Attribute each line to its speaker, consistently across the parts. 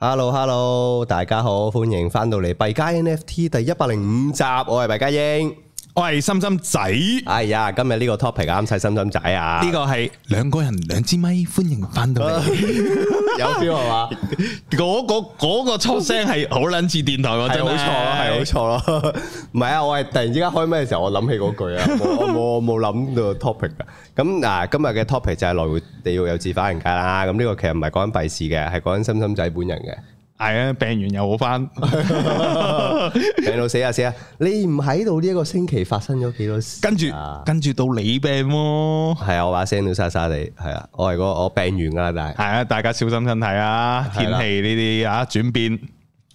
Speaker 1: Hello，Hello，大家好，歡迎翻到嚟幣加 NFT 第一百零五集，我係幣加英。
Speaker 2: 我系心心仔，呢
Speaker 1: 哎呀，今日呢個 topic 啱晒心心仔啊，
Speaker 2: 个系两个人兩支咪，歡迎翻到嚟。
Speaker 1: 有 feel 係嘛？
Speaker 2: 嗰個嗰個出聲係好撚似電台喎，
Speaker 1: 係啊
Speaker 2: 真
Speaker 1: 好
Speaker 2: 係
Speaker 1: 錯咯，係好錯咯。唔係啊，我係突然之間開咩嘅時候，我諗起嗰句啊，冇我冇我冇諗到 topic 噶。咁嗱，今日嘅 topic 就係來回地獄有自反人界啦。咁呢個其實唔係講緊幣事嘅，係講緊心心仔本人嘅。
Speaker 2: 係啊，病完又好 翻。
Speaker 1: 病到死啊死啊！你唔喺度呢一個星期發生咗幾多事啊？
Speaker 2: 跟住跟住到你病喎，
Speaker 1: 係啊，我把聲都沙沙地，係啊，我係個我病完噶啦，
Speaker 2: 係啊，大家小心身體啊，天
Speaker 1: 係
Speaker 2: 氣
Speaker 1: 啦
Speaker 2: 呢啲啊轉變。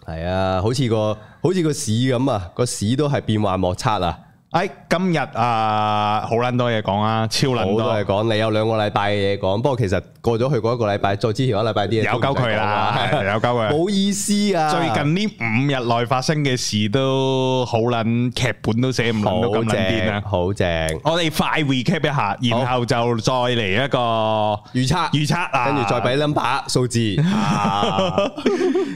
Speaker 1: 但係係啊，好似個好似個市咁啊，個市都係變幻莫測啊！
Speaker 2: 哎，今日啊，好撚多嘢講啊，超
Speaker 1: 好
Speaker 2: 撚
Speaker 1: 多
Speaker 2: 多
Speaker 1: 嘢。講，你有兩個禮拜嘅嘢講，不過其實過咗去嗰一個禮拜，再之前嗰一個禮拜啲嘢
Speaker 2: 有鳩佢啦
Speaker 1: 都唔使講
Speaker 2: 係 有鳩佢
Speaker 1: 冇意思啊！
Speaker 2: 最近呢五日內發生嘅事都好撚劇本都寫唔撚到
Speaker 1: 好
Speaker 2: 咁撚癲
Speaker 1: 正，
Speaker 2: 啊！
Speaker 1: 好正，
Speaker 2: 我哋快 recap 一下，然後就再嚟一個。
Speaker 1: 預測
Speaker 2: 預測啊，
Speaker 1: 跟住再俾 number 數 字，啊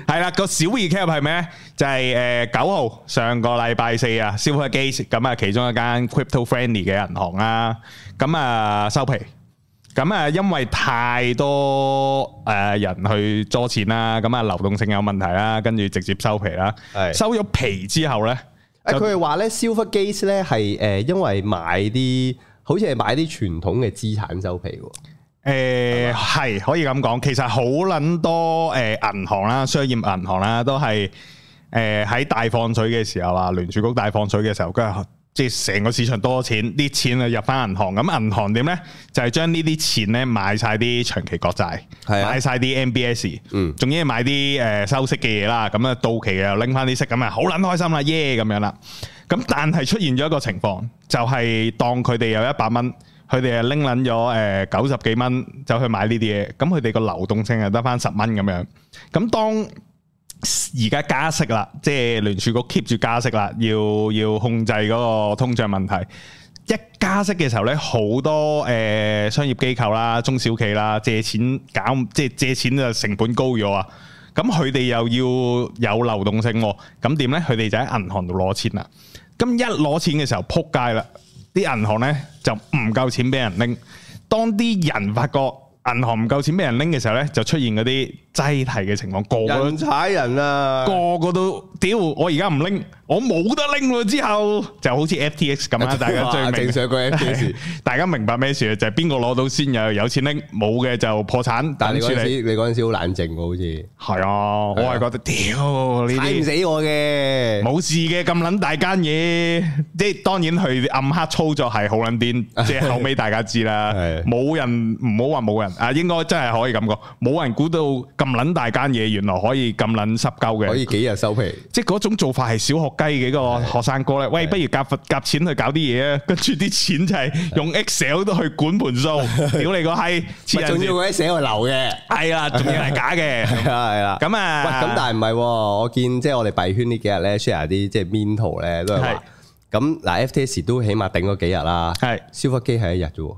Speaker 2: 係啦，個小 recap 係咩咧？就係诶九號上個禮拜四啊 s i l v e r g a t e 咁啊，其中一間 crypto friendly 嘅銀行啦，咁啊收皮。咁啊，因為太多誒人去攞錢啦，咁啊流動性有問題啦，跟住直接收皮啦。
Speaker 1: 係
Speaker 2: 收咗皮之後咧，
Speaker 1: 誒
Speaker 2: 就
Speaker 1: 佢哋話咧 silver gates 咧係誒因為買啲好似係買啲傳統嘅資產收皮喎。
Speaker 2: 誒係可以咁講，其實好撚多誒銀行啦、商業銀行啦，都係誒喺大放水嘅時候啊，聯儲局大放水嘅時候，跟住即係成個市場多錢，啲錢啊入翻銀行，咁銀行點呢？就係將呢啲錢呢買晒啲長期國債，
Speaker 1: 係啊
Speaker 2: 買晒啲 MBS，
Speaker 1: 嗯
Speaker 2: 仲要買啲誒收息嘅嘢啦，咁啊到期又拎翻啲息，咁啊好撚開心啦，耶咁樣啦。咁但係出現咗一個情況，就係、當佢哋有一百蚊，佢哋係拎撚咗誒九十幾蚊走去買呢啲嘢，咁佢哋個流動性係得翻十蚊咁樣。咁當而家加息啦，即係聯儲局 keep 住加息啦，要要控制嗰個通脹問題。一加息嘅時候咧，好多誒、呃商業機構啦、中小企啦借錢搞，即係借錢就成本高咗啊！咁佢哋又要有流動性喎，咁點咧？佢哋就喺銀行度攞錢啦。咁一攞錢嘅時候，撲街啦！啲銀行咧就唔夠錢俾人拎。當啲人發覺銀行唔夠錢俾人拎嘅時候咧，就出現嗰啲擠提嘅情況，個個都
Speaker 1: 人踩人啊！
Speaker 2: 個個都屌，我而家唔拎，我冇得拎喎。之後就好似 FTX 咁 啊啦，大家最
Speaker 1: 正
Speaker 2: 明，
Speaker 1: 常個 F P 事，
Speaker 2: 大家明白咩事啊？就係邊個攞到先有有錢拎，冇嘅就破產
Speaker 1: 但係
Speaker 2: 等
Speaker 1: 你
Speaker 2: 處
Speaker 1: 嗰陣
Speaker 2: 理。
Speaker 1: 時，你嗰陣時好冷靜喎，好似
Speaker 2: 係啊，我係覺得屌呢
Speaker 1: 踩唔
Speaker 2: 啲
Speaker 1: 死我嘅。
Speaker 2: 冇事嘅咁撚大間嘢，即係當然佢暗黑操作係好 撚癲，即係後尾大家知啦
Speaker 1: 係。
Speaker 2: 冇人唔好話冇人啊，應該真係可以咁講，冇人估到咁撚大間嘢，原來可以咁撚濕鳩嘅
Speaker 1: 可。以幾日收皮，
Speaker 2: 即係嗰種做法係小學雞嘅嗰個學生哥咧，喂，不如夾夾錢去搞啲嘢啊！ 跟住啲錢就係用 Excel 都去管 盤數，屌你個閪，黐
Speaker 1: 咪
Speaker 2: 人
Speaker 1: 仲要
Speaker 2: 線
Speaker 1: 佢喺寫我留嘅，
Speaker 2: 係啦，仲要係假嘅，
Speaker 1: 係啦係啦。
Speaker 2: 咁
Speaker 1: 喂，
Speaker 2: 啊，
Speaker 1: 咁但係唔係喎？我見即係我哋幣圈呢幾日咧 share 啲即係 mean 圖咧，都係
Speaker 2: 係
Speaker 1: 話咁嗱，FTS 都起碼頂咗幾日啦。
Speaker 2: 係
Speaker 1: 消費機係一日啫喎，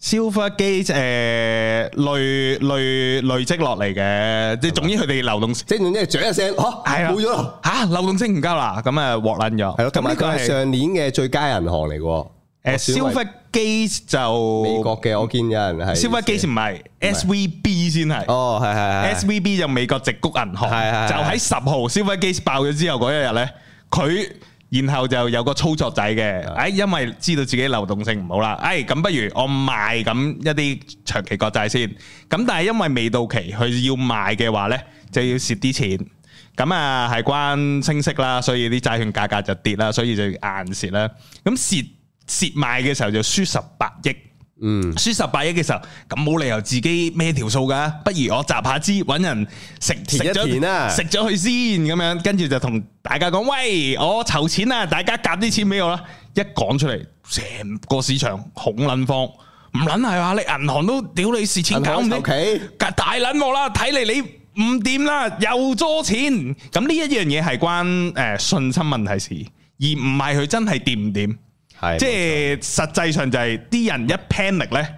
Speaker 2: Silver Gate 誒累累累積落嚟嘅，即係總之佢哋流動
Speaker 1: 即係總之係咀一聲，嚇
Speaker 2: 係啊
Speaker 1: 冇咗咯。
Speaker 2: 嚇流動性唔夠啦，咁啊獲撚
Speaker 1: 係
Speaker 2: 咗，
Speaker 1: 咯，同
Speaker 2: 咁
Speaker 1: 埋
Speaker 2: 呢
Speaker 1: 佢
Speaker 2: 個
Speaker 1: 係
Speaker 2: 係
Speaker 1: 上年嘅最佳銀行嚟嘅喎。
Speaker 2: 誒
Speaker 1: 我選為
Speaker 2: Silver Gate
Speaker 1: 美
Speaker 2: 就
Speaker 1: 國嘅，我見有人係
Speaker 2: Silver Gate 唔係 SVB 先係。
Speaker 1: 哦，係係係
Speaker 2: SVB 就美國直谷銀行，
Speaker 1: 係係係
Speaker 2: 就喺十號 Silvergate 爆咗之後嗰一日呢，佢然後就有個操作仔嘅，誒、因為知道自己流動性唔好啦，誒、咁不如我賣咁一啲長期國債先，咁但係因為未到期，佢要賣嘅話呢，就要蝕啲錢。咁啊，係關升息啦，所以啲債券價格就跌啦，所以就硬蝕啦。咁蝕蝕賣嘅時候就輸十八億，
Speaker 1: 嗯，
Speaker 2: 輸十八億嘅時候，咁冇理由自己孭條數㗎，不如我集下資揾人食食
Speaker 1: 填一填啊啦
Speaker 2: 咗食咗佢先咁樣，跟住就同大家講：喂，我籌錢啦，大家夾啲錢俾我啦！一講出嚟，成個市場恐撚慌，唔撚係啊話你銀行都屌你蝕錢
Speaker 1: 銀
Speaker 2: 搞
Speaker 1: 行
Speaker 2: 唔
Speaker 1: 籌
Speaker 2: 掂。
Speaker 1: 期。
Speaker 2: 大撚鑊啦，睇嚟你唔掂啦，又咗錢。咁呢一樣嘢係關誒、呃信心問題事，而唔係佢真係掂唔掂。
Speaker 1: 係
Speaker 2: 即係實際上就係、啲人一 panic 咧，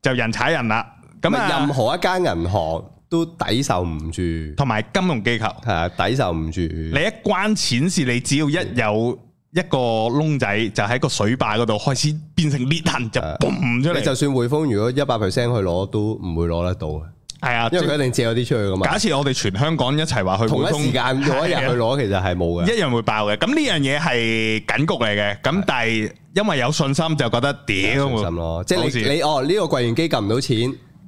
Speaker 2: 就人踩人啦。咁
Speaker 1: 咁啊，
Speaker 2: 啊，
Speaker 1: 任何一間銀行都抵受唔住，系
Speaker 2: 同埋金融機構，
Speaker 1: 啊，抵受唔住，
Speaker 2: 你一關錢事，你只要一有一個窿仔，就喺個水壩嗰度開始變成裂痕，就
Speaker 1: 係
Speaker 2: 嘣出
Speaker 1: 你
Speaker 2: 嚟。
Speaker 1: 就算匯豐如果一百 percent 去攞都唔會攞得到嘅，
Speaker 2: 係啊，
Speaker 1: 因為
Speaker 2: 即
Speaker 1: 佢一定借咗啲出去噶嘛。
Speaker 2: 假設我哋全香港一齊話去
Speaker 1: 同
Speaker 2: 匯
Speaker 1: 一
Speaker 2: 豐
Speaker 1: 時間用一日
Speaker 2: 係啊
Speaker 1: 去攞，其實係冇嘅。
Speaker 2: 一樣會爆嘅。咁呢樣嘢係緊局嚟嘅，咁但係因為有信心就覺得屌，
Speaker 1: 信心咯，即
Speaker 2: 啊好
Speaker 1: 係
Speaker 2: 似
Speaker 1: 你你哦呢個櫃員機撳唔到錢，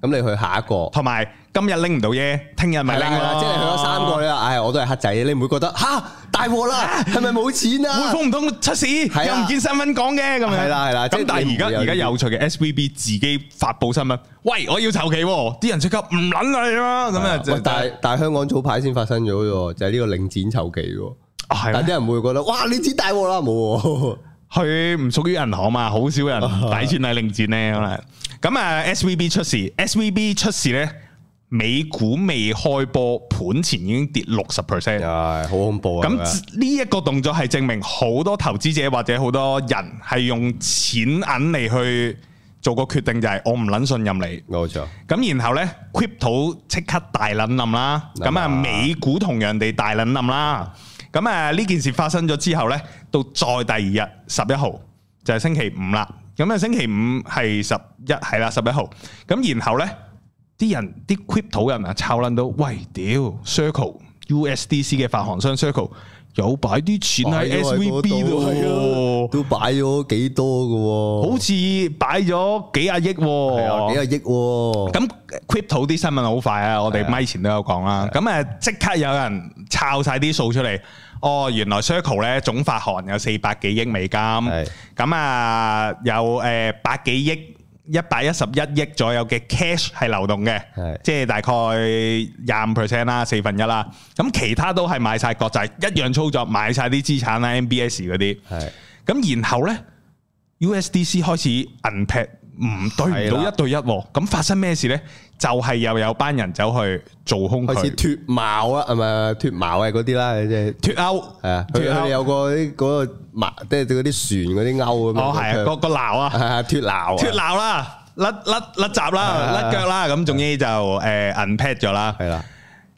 Speaker 1: 咁你去下一個。
Speaker 2: 同埋今日拎唔到嘢，聽日咪
Speaker 1: 係
Speaker 2: 拎
Speaker 1: 啦係
Speaker 2: 咯。
Speaker 1: 啦，即係你去咗三個，你話，唉，我都係黑仔，你唔會覺得吓大鑊 啦，係咪冇錢
Speaker 2: 匯
Speaker 1: 啊？
Speaker 2: 豐唔通出事，
Speaker 1: 係啊
Speaker 2: 又唔見新聞講嘅咁樣。
Speaker 1: 係啦係啦即
Speaker 2: 咁
Speaker 1: 係
Speaker 2: 但係
Speaker 1: 你
Speaker 2: 而家
Speaker 1: 唔會有
Speaker 2: 而家
Speaker 1: 呢啲
Speaker 2: 有趣嘅 S V B 自己發布新聞，喂，我要籌期喎，啲人即刻唔撚你啦，咁啊就
Speaker 1: 喂但係但係香港早排先發生咗喎，就係呢個領展籌期喎。
Speaker 2: 啊係
Speaker 1: 但
Speaker 2: 咩
Speaker 1: 啲人會覺得哇，你知大鑊啦冇喎？
Speaker 2: 佢唔屬於銀行嘛，好少人抵錢喺領展咧，可能咁啊。S V B 出事，S V B 出事咧，美股未開波，盤前已經跌六十 percent。
Speaker 1: 唉，好恐怖啊！咁
Speaker 2: 咁呢一個動作係證明好多投資者或者好多人係用錢銀嚟去做個決定，就係我唔撚信任你。
Speaker 1: 冇錯，
Speaker 2: 咁然後呢 c r y p t o 即刻大撚冧啦，
Speaker 1: 冧啊
Speaker 2: 咁啊美股同樣地大撚冧啦。咁啊呢件事發生咗之後呢，到再第二日十一號就係星期五啦。咁啊星期五係十一係啦十一號。咁然後呢，啲人啲 c r y p t o 人啊抄撚到，喂屌 Circle USDC 嘅發行商 Circle 有擺啲錢喺
Speaker 1: 擺咗喺嗰
Speaker 2: SVB
Speaker 1: 度
Speaker 2: 度喎，
Speaker 1: 都擺咗幾多嘅喎，
Speaker 2: 好似擺咗幾廿億喎。
Speaker 1: 係啊，幾廿億喎。
Speaker 2: 咁 crypto 啲新聞好快啊，我哋咪前都有講啦。咁誒即刻有人抄晒啲數出嚟，哦，原來 Circle 咧總發行有四百幾億美金，咁啊有誒百幾億、一百一十一億左右嘅 cash 係流動嘅
Speaker 1: 係，
Speaker 2: 即係大概廿五 percent 啦，四分一啦。咁其他都係買晒國債，一樣操作買晒啲資產啦，MBS 嗰啲。
Speaker 1: 係
Speaker 2: 咁然後呢 USDC 開始銀劈，唔對唔
Speaker 1: 係
Speaker 2: 到
Speaker 1: 啦
Speaker 2: 一對一喎，咁發生咩事呢？就係、又有班人走去做空
Speaker 1: 開始
Speaker 2: 佢，
Speaker 1: 脱毛啦，係咪脱毛啊嗰啲啦，即係
Speaker 2: 脱歐
Speaker 1: 係啊，佢
Speaker 2: 脱
Speaker 1: 佢哋
Speaker 2: 歐，
Speaker 1: 有個啲嗰個麻，即係嗰啲船嗰啲勾咁樣。
Speaker 2: 哦係啊，個個鬧啊，
Speaker 1: 啊，脱鬧啊，
Speaker 2: 脱鬧啦，甩甩甩閘
Speaker 1: 係
Speaker 2: 啦，
Speaker 1: 啊
Speaker 2: 甩腳啦，咁總之就誒銀劈咗啦，
Speaker 1: 係啦。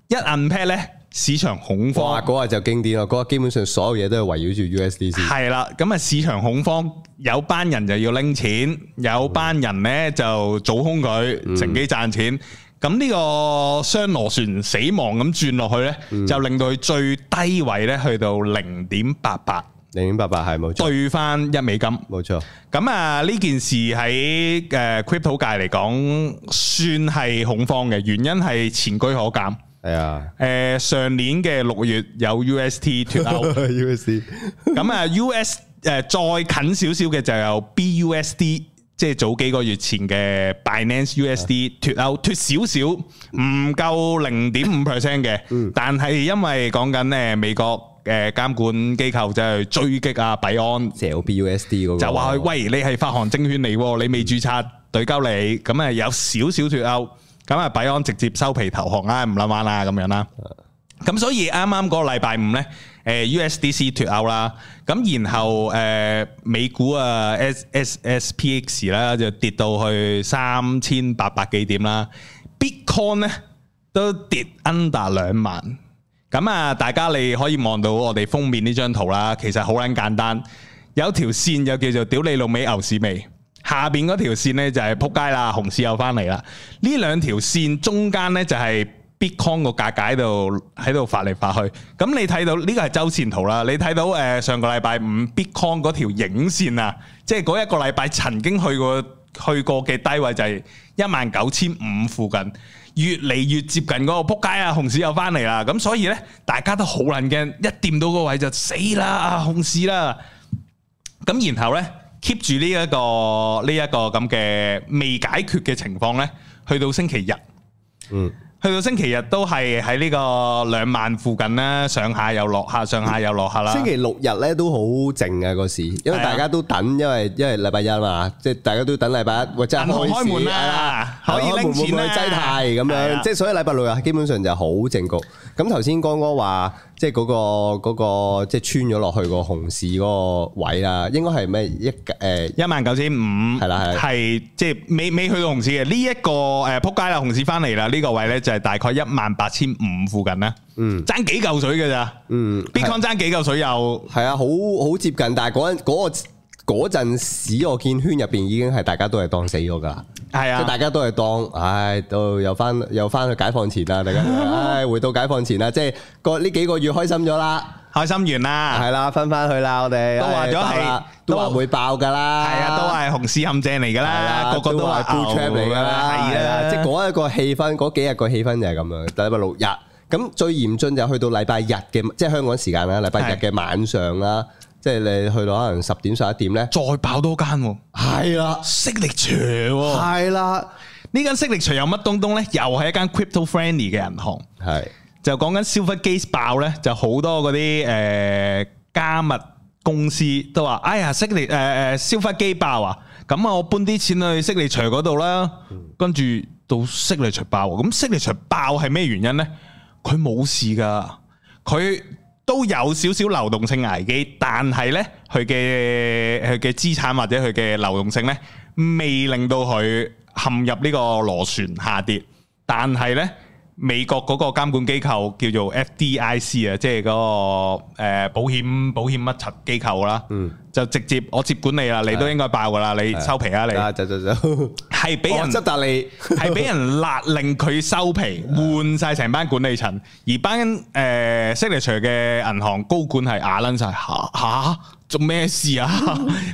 Speaker 2: 一銀劈呢，市場恐慌
Speaker 1: 哇，。嗰日就經典啦，嗰日基本上所有嘢都係圍繞住 USDC。
Speaker 2: 系啦，咁啊市場恐慌，有班人就要拎錢，有班人呢就做空佢，乘機賺錢。咁呢個雙螺旋死亡咁轉落去呢，就令到佢最低位呢去到零點八八，
Speaker 1: 零點八八係冇錯，
Speaker 2: 兑翻一美金。
Speaker 1: 冇錯，
Speaker 2: 咁啊呢件事喺誒 crypto 界嚟講，算係恐慌嘅，原因係前居可鑑。
Speaker 1: 係啊
Speaker 2: 誒、上年嘅六月有 UST 脱 歐。
Speaker 1: ，USD
Speaker 2: 咁啊，US 誒、再近少少嘅就有 BUSD，即係早幾個月前嘅 Binance USD 脱歐脱少少，唔夠零點五 percent 嘅，但係因為講緊誒美國誒監管機構就係追擊啊幣安，
Speaker 1: 嚼 BUSD 嗰個，
Speaker 2: 就話佢喂你係發行證券嚟喎，你未註冊對交你，咁啊有少少脱歐，咁啊幣安直接收皮投降啊啦，唔撚玩啦咁樣啦。咁所以啱啱嗰個禮拜五呢，誒、USDC 脱歐啦，咁然後誒、美股啊 S S S P X 啦就跌到去三千八百幾點啦，Bitcoin 呢都跌 under 兩萬。咁啊，大家你可以望到我哋封面呢張圖啦，其實好撚簡單，有條線就叫做屌你老味牛市味。下邊嗰條線呢就係撲街啦，熊市又翻嚟啦。呢兩條線中間呢就係 Bitcoin 個價格喺度喺度發嚟發去。咁你睇到呢個係周線圖啦，你睇到誒、呃上個禮拜五 Bitcoin 嗰條影線啊，即係嗰一個禮拜曾經去過去過嘅低位就係一萬九千五附近，越嚟越接近嗰個撲街啊，熊市又翻嚟啦。咁所以呢，大家都好撚驚，一掂到個位就死啦，啊熊市啦。咁然後呢 keep 住呢一個呢一個咁嘅未解決嘅情況呢，去到星期日，
Speaker 1: 嗯，
Speaker 2: 去到星期日都係喺呢個兩萬附近啦，上下又落下，上下又落下啦。
Speaker 1: 星期六日咧都好靜啊個市，因為
Speaker 2: 係啊
Speaker 1: 大家都等，因為因為禮拜一嘛，即係大家都等禮拜一或者
Speaker 2: 銀行開門啦可以拎錢啦
Speaker 1: 擠提咁
Speaker 2: 係啊
Speaker 1: 樣，即係所以禮拜六日基本上就好靜局。咁頭先剛剛話即係嗰個嗰個即係穿咗落去個熊市嗰個位啦，應該係咩一誒
Speaker 2: 一萬九千五
Speaker 1: 係啦係啦
Speaker 2: 係即係未未去到熊市嘅呢一個誒撲街啦，熊市翻嚟啦，呢個位咧就係大概一萬八千五附近啦，
Speaker 1: 嗯
Speaker 2: 爭幾嚿水嘅咋
Speaker 1: 嗯
Speaker 2: ，Bitcoin 爭幾嚿水又
Speaker 1: 係啊，好好接近，但係嗰陣嗰個嗰陣時，我見圈入邊已經係大家都係當死咗㗎啦。
Speaker 2: 係
Speaker 1: 即係
Speaker 2: 啊，
Speaker 1: 大家都係當，唉，到又翻又翻去解放前啦， 大家都係唉，回到解放前啦，即係個呢幾個月開心咗啦，
Speaker 2: 開心完啦，
Speaker 1: 係啦，翻翻去啦，我哋
Speaker 2: 啊都話咗係
Speaker 1: 唉爆啦都話
Speaker 2: 都
Speaker 1: 會爆噶啦，
Speaker 2: 係啊，都係熊市陷阱嚟㗎啦，個個都話
Speaker 1: bull trap 嚟㗎啦，
Speaker 2: 係啊，
Speaker 1: 即係嗰一個氣氛，嗰幾日個氣氛就係咁樣，禮拜六日。咁最嚴峻就去到禮拜日嘅，即係香港時間啦，禮拜日嘅晚上啦，即係你去到可能十點十一點咧，
Speaker 2: 再爆多間喎，
Speaker 1: 係啦，
Speaker 2: 息力除喎。
Speaker 1: 係啦，
Speaker 2: 呢間息力除有乜東東呢？又係一間 crypto friendly 嘅銀行，
Speaker 1: 係
Speaker 2: 就講緊 Silvergate 爆呢，就好多嗰啲誒加密公司都話：哎呀，息力誒誒 Silvergate 爆啊！咁啊，我搬啲錢去息力除嗰度啦，跟住到息力除爆喎。咁息力除爆係咩原因呢？佢冇事噶，佢都有少少流動性危機，但係呢，佢嘅佢嘅資產或者佢嘅流動性呢，未令到佢陷入呢個螺旋下跌。但係呢，美國嗰個監管機構叫做 FDIC 啊，即係嗰、個呃保險保險乜柒機構啦，就直接我接管你啦，你都應該爆噶啦，你收皮啦你，
Speaker 1: 啊，走走走，
Speaker 2: 係俾
Speaker 1: 我
Speaker 2: 人
Speaker 1: 執達 利。
Speaker 2: 係俾人勒令佢收皮，換晒成班管理層，而班誒呃 signature 嘅銀行高管係啞撚晒嚇嚇，做咩事啊？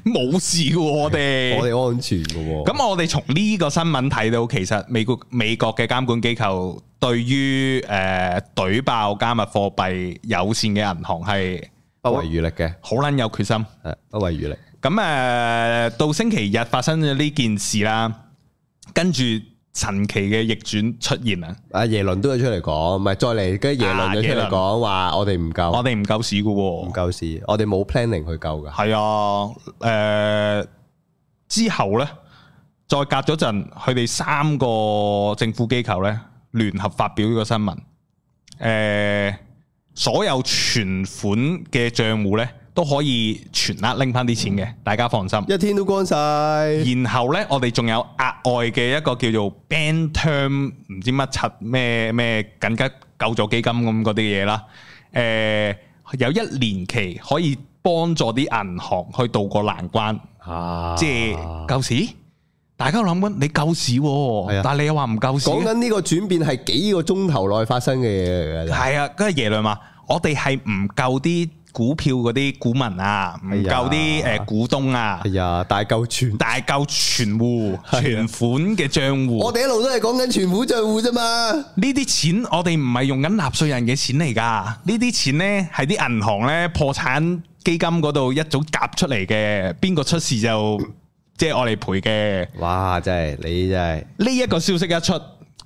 Speaker 2: 冇事嘅喎我哋，
Speaker 1: 我哋安全嘅喎。
Speaker 2: 咁我哋從呢個新聞睇到，其實美國美國嘅監管機構對於誒懟爆加密貨幣有線嘅銀行係
Speaker 1: 不遺餘力嘅，
Speaker 2: 好撚有決心。
Speaker 1: 係不遺餘力。
Speaker 2: 咁誒、呃到星期日發生咗呢件事啦，跟住神奇嘅逆轉出現啊啦。
Speaker 1: 阿耶倫都有出嚟講，唔係再嚟，跟住耶倫就出嚟講話，我哋唔夠，
Speaker 2: 我哋唔夠市嘅
Speaker 1: 唔
Speaker 2: 喎，
Speaker 1: 夠事，我哋冇 planning 去救噶。
Speaker 2: 係啊，誒、之後呢，再隔咗陣，佢哋三個政府機構呢聯合發表呢個新聞，誒、所有存款嘅帳戶呢都可以全額拎翻啲錢嘅，大家放心。
Speaker 1: 一天都光晒，
Speaker 2: 然後呢，我哋仲有額外嘅一個叫做 band term 唔知乜柒咩咩緊急救助基金咁嗰啲嘢啦。誒、有一年期可以幫助啲銀行去渡過難關，即係救市。大家諗緊你救市
Speaker 1: 係
Speaker 2: 喎、
Speaker 1: 啊
Speaker 2: 但係你又話唔救市
Speaker 1: 講
Speaker 2: 嘅。
Speaker 1: 緊呢個轉變係幾個鐘頭內發生嘅嘢嚟㗎。
Speaker 2: 係啊，跟住耶倫話：我哋係唔夠啲股票嗰啲股民啊，唔
Speaker 1: 哎呀
Speaker 2: 夠啲誒股東啊，
Speaker 1: 係啊，大救全，
Speaker 2: 但係夠存
Speaker 1: 係
Speaker 2: 戶
Speaker 1: 啊
Speaker 2: 存款嘅帳戶。
Speaker 1: 我哋一路都係講緊全款帳户啫嘛。
Speaker 2: 呢啲錢我哋唔係用緊納税人嘅錢嚟㗎，呢啲錢呢係啲銀行呢破產基金嗰度一早夾出嚟嘅，邊個出事就即係我哋賠嘅。
Speaker 1: 哇！真係你真係
Speaker 2: 呢一個消息一出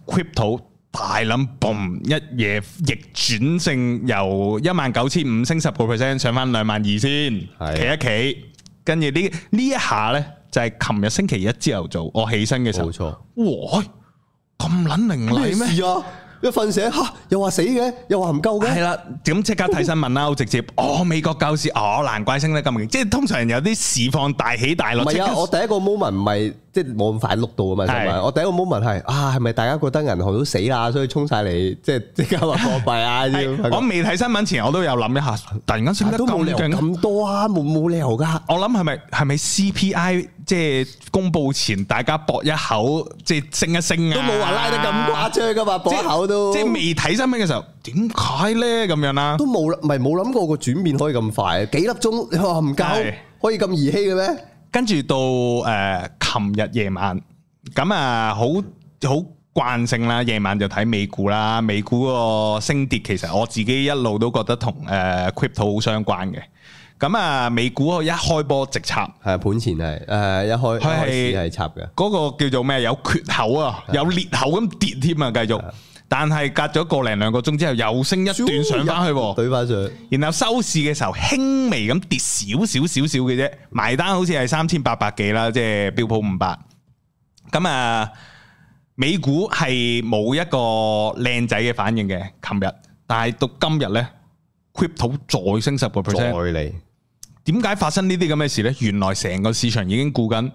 Speaker 2: ，crypto 大冧 boom 一夜逆轉性由一萬九千五升十個 percent 上翻兩萬二先，
Speaker 1: 係
Speaker 2: 企一企，跟住呢呢一下呢，就係琴日星期一朝頭早我起身嘅時候
Speaker 1: 冇，錯。
Speaker 2: 哇咁撚凌厲咩？
Speaker 1: 事啊？一瞓醒吓，又話死嘅，又話唔夠
Speaker 2: 系
Speaker 1: 嘅。
Speaker 2: 啦，咁即刻睇新聞啦，好直 接。哦，美國救市，哦，難怪升得咁勁。即係通常有啲市況大起大
Speaker 1: 唔
Speaker 2: 落，即
Speaker 1: 係
Speaker 2: 刻
Speaker 1: 啊！我第一個 moment 唔係即係冇咁快碌到啊嘛，同埋
Speaker 2: 係
Speaker 1: 我第一個 moment 係啊，係咪大家覺得銀行都死啦，所以衝晒嚟即係即刻話貨幣啊？
Speaker 2: 係
Speaker 1: 要
Speaker 2: 我未睇新聞前，我都有諗一下，突然間升得
Speaker 1: 都冇理
Speaker 2: 咁
Speaker 1: 由
Speaker 2: 勁。
Speaker 1: 咁多啊，冇冇理由噶。
Speaker 2: 我諗係咪係咪 CPI 即係公佈前，大家搏一口，即係升一升啊？
Speaker 1: 都冇話拉得
Speaker 2: À.
Speaker 1: 咁誇張噶嘛，
Speaker 2: 即
Speaker 1: 波口都
Speaker 2: 即係未睇新聞嘅時候，點解咧咁樣啦？
Speaker 1: 都冇唔係冇諗過個轉變可以咁快，幾粒鐘你話唔
Speaker 2: 係
Speaker 1: 夠，可以咁兒戲嘅咩？
Speaker 2: 跟住到誒，琴日夜晚，咁啊，好好慣性啦，夜晚就睇美股啦，美股個升跌其實我自己一路都覺得同誒、呃 crypto 好相關嘅。咁啊，美股一開波直插，
Speaker 1: 係盤前係誒一開一
Speaker 2: 係
Speaker 1: 開始係插嘅，
Speaker 2: 嗰、個叫做咩有缺口啊，有裂口咁跌添啊，繼續。但係隔咗個零兩個鐘之後，又升一段上翻去喎。
Speaker 1: 懟翻上。
Speaker 2: 然後收市嘅時候輕微咁跌少少少少嘅啫，埋單好似係三千八百幾啦，即係標普五百。咁啊，美股係冇一個靚仔嘅反應嘅，琴日，但係到今日呢 crypto 再升十個
Speaker 1: 再
Speaker 2: percent，
Speaker 1: 嚟
Speaker 2: 點解發生呢啲咁嘅事呢？原來成個市場已經估緊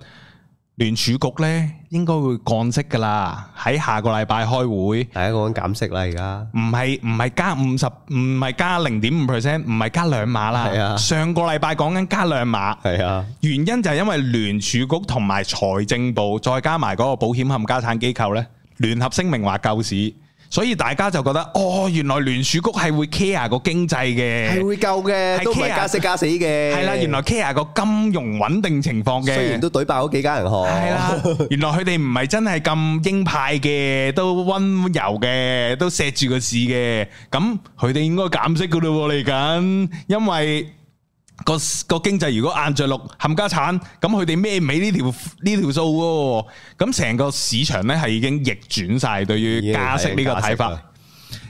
Speaker 2: 聯儲局呢應該會降息噶啦，喺下個禮拜開會，
Speaker 1: 大家講緊減息啦，而家
Speaker 2: 唔係唔係加五十，唔係加零點五 percent，唔係加兩碼啦。
Speaker 1: 係啊
Speaker 2: 上個禮拜講緊加兩碼，
Speaker 1: 係啊，
Speaker 2: 原因就係因為聯儲局同埋財政部再加埋嗰個保險冚家產機構呢，聯合聲明話救市，所以大家就覺得哦，原來聯儲局係會 care 個經濟嘅
Speaker 1: 係。會夠嘅，
Speaker 2: 係
Speaker 1: 都唔係
Speaker 2: care
Speaker 1: 加息加死嘅。
Speaker 2: 系啦，原來 care 個金融穩定情況嘅，
Speaker 1: 雖然都懟爆嗰幾間銀行，
Speaker 2: 係啦， 原來佢哋唔係真係咁鷹派嘅，都温柔嘅，都錫住個市嘅，咁佢哋應該減息噶咯喎嚟緊，因為。個個經濟如果硬着陸冚家產，咁佢哋孭唔起呢條呢條數喎，咁成個市場呢係已經逆轉晒對於加息呢個睇法。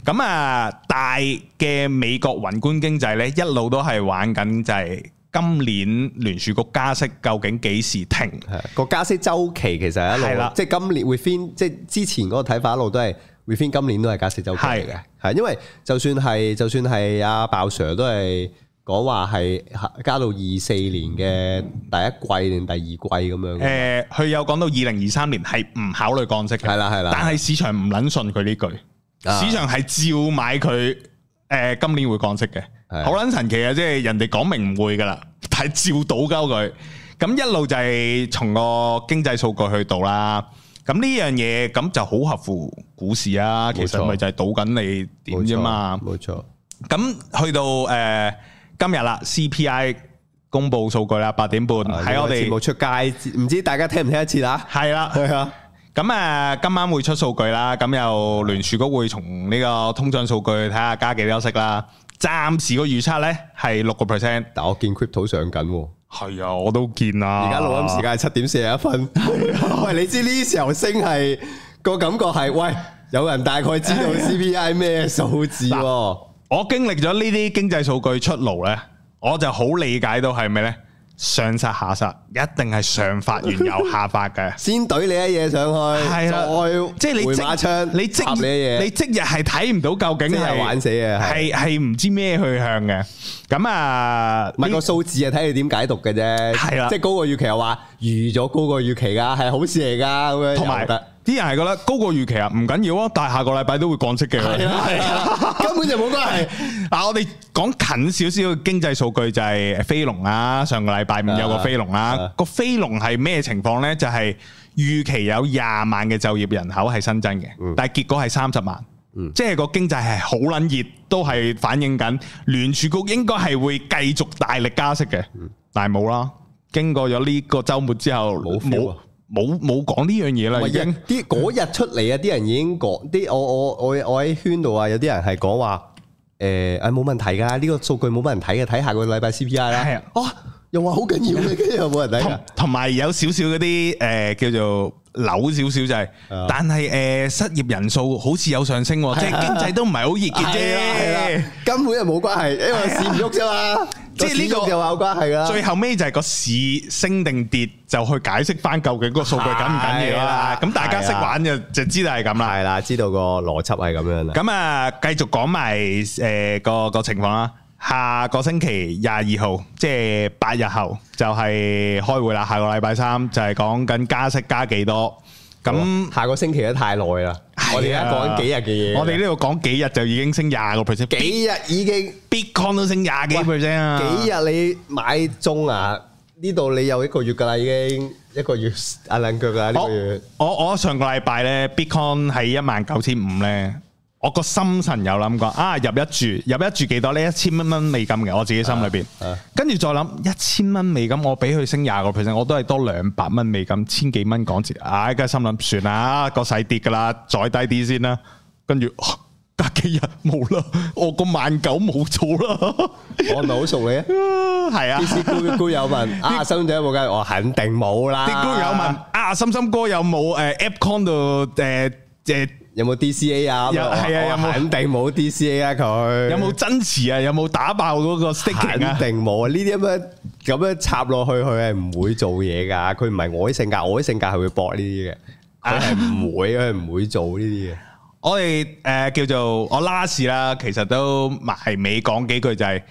Speaker 2: 咁啊，大嘅美國宏觀經濟咧，一路都係玩緊就係今年聯儲局加息究竟幾時停？
Speaker 1: 係個加息周期其實係一
Speaker 2: 係
Speaker 1: 路
Speaker 2: 啦，
Speaker 1: 即係今年 within 即係之前嗰個睇法一路都係 within 今年都係加息周期嚟嘅
Speaker 2: 係，
Speaker 1: 係因為就算係就算係阿鮑 Sir 都係講話係加到二四年嘅第一季定第二季咁樣
Speaker 2: 誒、
Speaker 1: 嘅，
Speaker 2: 佢有講到二零二三年係唔考慮降息
Speaker 1: 係
Speaker 2: 嘅，
Speaker 1: 啦係
Speaker 2: 但
Speaker 1: 啦，
Speaker 2: 係市場唔撚信佢呢句，
Speaker 1: 啊
Speaker 2: 市場係照買佢誒、今年會降息嘅，
Speaker 1: 係
Speaker 2: 好撚神奇啊！即係人哋講明唔會噶啦，但係照倒鳩佢，咁一路就係從個經濟數據去到啦。咁呢樣嘢咁就好合乎股市啊，其
Speaker 1: 冇
Speaker 2: 實
Speaker 1: 錯
Speaker 2: 咪就係賭緊你點啫嘛。
Speaker 1: 冇錯，
Speaker 2: 咁去到誒、呃今日啦，CPI 公布數據啦，八點半
Speaker 1: 冇錯
Speaker 2: 喺我
Speaker 1: 節目
Speaker 2: 哋
Speaker 1: 出街，唔知大家聽唔聽得切啊？
Speaker 2: 係啦。
Speaker 1: 係啊，
Speaker 2: 咁啊，今晚會出數據啦，咁又聯儲局會從呢個通脹數據睇下加幾多息啦。暫時個預測呢係六個 percent。
Speaker 1: 但我見 crypto 上緊喎。
Speaker 2: 係啊，我都見啦
Speaker 1: 而家錄音時間係七點四十一分。
Speaker 2: 啊
Speaker 1: 喂，你知呢時候升係個感覺係，喂，有人大概知 道 CPI 咩數字喎？
Speaker 2: 我經歷咗呢啲經濟數據出爐呢，我就好理解到係咩呢？上殺下殺，一定係上發完 又下發嘅。
Speaker 1: 先懟你一嘢上去，
Speaker 2: 係啦
Speaker 1: 再，
Speaker 2: 即係你
Speaker 1: 回
Speaker 2: 即
Speaker 1: 馬槍，
Speaker 2: 你即
Speaker 1: 插你一
Speaker 2: 你
Speaker 1: 嘢，
Speaker 2: 即日係睇唔到究
Speaker 1: 即
Speaker 2: 竟
Speaker 1: 係
Speaker 2: 係
Speaker 1: 玩死嘅係
Speaker 2: 係係唔知咩去向嘅。咁啊，
Speaker 1: 唔係
Speaker 2: 呢
Speaker 1: 個數字係睇你點解讀嘅啫。
Speaker 2: 係啦
Speaker 1: 即係高過預期又話預咗高過預期㗎，係好事嚟㗎咁樣。
Speaker 2: 同
Speaker 1: 又
Speaker 2: 埋
Speaker 1: 得
Speaker 2: 啲人係覺得高過預期啊，唔緊要啊，但係下個禮拜都會降息嘅。
Speaker 1: 係 啦係啦，根本就冇關係。
Speaker 2: 嗱，我哋講近少少嘅經濟數據就係飛龍啦，上個禮拜五有個飛龍
Speaker 1: 啊
Speaker 2: 啦，個飛龍係咩情況呢？就係預期有廿萬嘅就業人口係新增嘅
Speaker 1: 嗯，
Speaker 2: 但係結果係三十萬
Speaker 1: 嗯，
Speaker 2: 即係個經濟係好撚熱，都係反映緊聯儲局應該係會繼續大力加息嘅，但係冇啦。經過咗呢個週末之後，
Speaker 1: 冇
Speaker 2: 冇
Speaker 1: feel 啊
Speaker 2: 冇冇講呢樣嘢啦，
Speaker 1: 唔
Speaker 2: 已
Speaker 1: 係
Speaker 2: 經
Speaker 1: 啊啲嗰日出嚟啊，啲人已經講啲我我我我喺圈度啊，有啲人係講話誒啊冇問題㗎，呢個數據冇乜人睇嘅，睇下個禮拜 CPI 啦。
Speaker 2: 係啊
Speaker 1: 哦，又話好緊要嘅，跟住又冇人睇
Speaker 2: 同
Speaker 1: 㗎。
Speaker 2: 同埋有少少嗰啲誒叫做扭少少就係、
Speaker 1: 啊
Speaker 2: 但係誒、呃失業人數好似有上升喎，即係經濟都唔係好熱
Speaker 1: 係啦係
Speaker 2: 嘅
Speaker 1: 啦根本就冇關係，因為市唔喐啫嘛。
Speaker 2: 即係呢個
Speaker 1: 個市喐就話有關係㗎
Speaker 2: 啫。
Speaker 1: 啦。
Speaker 2: 最後尾就係個市升定跌，就去解釋翻究竟個數據緊唔緊要啦。
Speaker 1: 係啦
Speaker 2: 咁大家識玩就就知道係咁啦。
Speaker 1: 係啦，知道個邏輯係咁樣啦。
Speaker 2: 咁啊，繼續講埋誒個個情況啦。下個星期廿二號，即係八日後就係開會啦。下個禮拜三就係講緊加息加幾多。咁
Speaker 1: 下個星期都太耐啦，我哋而家講緊幾日嘅嘢。
Speaker 2: 啊我哋呢度講幾日就已經升廿個 percent，
Speaker 1: 幾日已經。
Speaker 2: Bitcoin 都升廿幾 percent 啊！
Speaker 1: 幾日你買鐘啊？呢度你有一個月噶啦，已經一個月阿冷腳噶啦，呢個月
Speaker 2: 我我我上個禮拜咧，Bitcoin 係一萬九千五咧，我個心神有諗過啊，入一注，入一注幾多呢？一千蚊蚊美金嘅，我自己心裏邊
Speaker 1: 啊啊，
Speaker 2: 跟住再諗一千蚊美金，我俾佢升廿個 percent，我都係多兩百蚊美金，千幾蚊港紙，唉，梗係心諗算啦，個勢跌噶啦，再低啲先啦，跟住。啊隔幾日冇啦，我個萬九冇咗啦，
Speaker 1: 我唔係好熟你啊。
Speaker 2: 係啊
Speaker 1: 啲。 師姑姑友問：啊，生仔有冇計？我肯定冇啦。
Speaker 2: 啲歌友問啊，心心哥有冇誒 AppCon 度誒誒
Speaker 1: 有冇 DCA 啊？
Speaker 2: 有
Speaker 1: 我話
Speaker 2: 係啊
Speaker 1: 我
Speaker 2: 有冇
Speaker 1: 肯定冇 DCA 啊，佢
Speaker 2: 有冇增持啊？有冇打爆嗰
Speaker 1: 肯
Speaker 2: 個 sticking 啊？
Speaker 1: 定冇啊！呢啲咁樣咁樣插落去，佢係唔會做嘢噶。佢唔係我啲性格，我啲性格係會搏呢啲嘅。佢係唔會，佢係唔會做呢啲嘅。
Speaker 2: 我哋诶叫做我 last 啦，其實都埋尾講幾句就係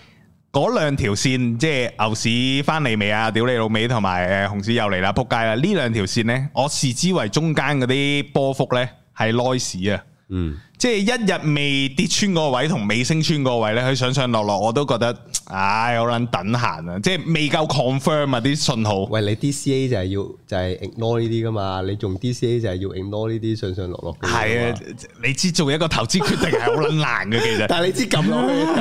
Speaker 2: 嗰兩條線，即係牛市翻嚟未啊？屌你老味，同埋诶熊市又嚟啦，扑街啦！呢兩條線呢，我視之為中間嗰啲波幅呢，係 noise 啊。
Speaker 1: 嗯，
Speaker 2: 即係一日未跌穿嗰個位同未升穿嗰個位咧，佢上上落落我都覺得，唉，好撚等閒啊！即係未夠 confirm 啊啲信號。
Speaker 1: 喂，你 DCA 就係要就係 ignore 呢啲噶嘛，你用 DCA 就係要 ignore 呢啲上上落落。
Speaker 2: 係啊，，你知做一個投資決定係好撚難 嘅，其實。
Speaker 1: 但係你知撳落 去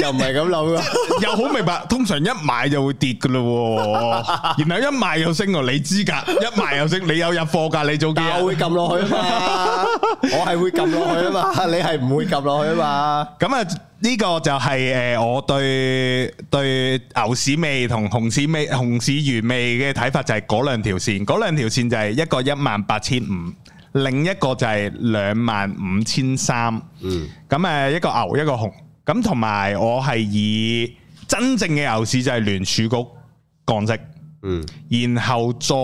Speaker 1: 就又唔係咁諗噶。
Speaker 2: 又好明白，通常一買就會跌噶咯，然後一賣又升喎，你知㗎，一賣又升，你有入貨㗎，你早幾
Speaker 1: 但我
Speaker 2: 日
Speaker 1: 會撳落去啊 嘛，我係會撳落去啊嘛，你係唔會撳落去啊嘛。
Speaker 2: 咁啊，呢個就係诶我對对牛市味同熊市味、熊市原味嘅睇法，就係嗰兩條線，嗰兩條線就係一個一萬八千五，另一個就係兩萬五千三。
Speaker 1: 嗯，
Speaker 2: 咁誒一個牛一個熊，咁同埋我係以真正嘅牛市就係聯儲局降息。
Speaker 1: 嗯，
Speaker 2: 然後再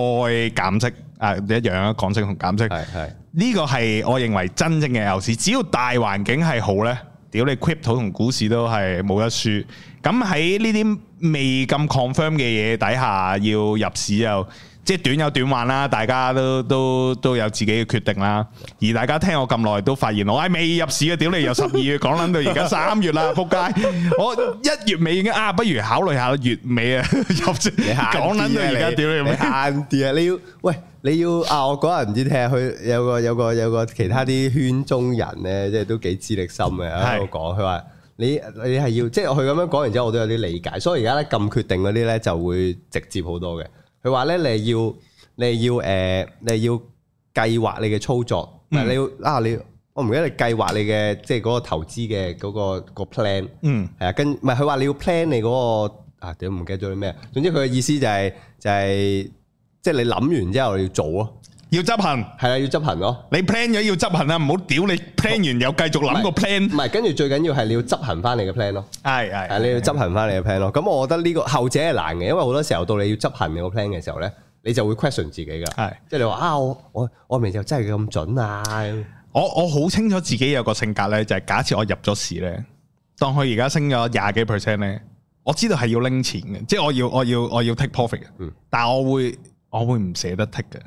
Speaker 2: 減息，啊一樣啊，降息同減息。
Speaker 1: 嗯係係。
Speaker 2: 呢個係我認為真正嘅牛市，只要大環境係好呢，屌你 crypto 同股市都係冇得輸。咁喺呢啲未咁 confirm 嘅嘢底下，要入市又即係短有短玩啦，大家都都都有自己嘅決定啦。而大家聽我咁耐都發現我唉未入市啊，屌 你由十二月講撚到而家三月啦，仆街！我一月尾已經啊，不如考慮下月尾啊 入市，
Speaker 1: 你慳啲啊
Speaker 2: 講撚到而家
Speaker 1: 你
Speaker 2: 屌你
Speaker 1: 你
Speaker 2: 咩？
Speaker 1: 慳啲啊！你要喂，你要啊！我嗰日唔知聽佢有個有個有個其他啲圈中人咧，即係都幾資歷深嘅喺度講，佢話你你係要即係佢咁樣講完之後，我都有啲理解。所以而家咧撳決定嗰啲咧就會直接好多嘅。佢話咧你係要你係要誒、呃你係要計劃你嘅操作，
Speaker 2: 嗯
Speaker 1: 但係你要啊你我唔記得你計劃你嘅即係嗰個投資嘅嗰、個、個 plan。
Speaker 2: 嗯。
Speaker 1: 係啊，跟唔係佢話你要 plan 你嗰、個啊，屌唔記得咗啲咩？總之佢嘅意思就係、就係、即係你諗完之後要做咯，
Speaker 2: 要執行，
Speaker 1: 係啦，要執行咯。
Speaker 2: 你 plan 咗要執行啊！唔好屌你 plan 完又繼續諗個
Speaker 1: 唔係
Speaker 2: plan，
Speaker 1: 唔係，跟住最緊要係你要執行翻你嘅 plan 咯，
Speaker 2: 係
Speaker 1: 係
Speaker 2: 係
Speaker 1: 你要執行翻你嘅 plan 咯。咁我覺得呢、個後者係難嘅，因為好多時候到你要執行你個 plan 嘅時候咧，你就會 question 自己㗎。
Speaker 2: 係
Speaker 1: 即係你話啊，我我我明就真係咁準啊，咁
Speaker 2: 我我好清楚自己有個性格咧，就係假設我入咗市咧，當佢而家升咗廿幾 percent 咧，我知道係要拎錢嘅，即係我要我要我要 take profit 嘅，
Speaker 1: 嗯
Speaker 2: 但係我會我會唔捨得 take 嘅，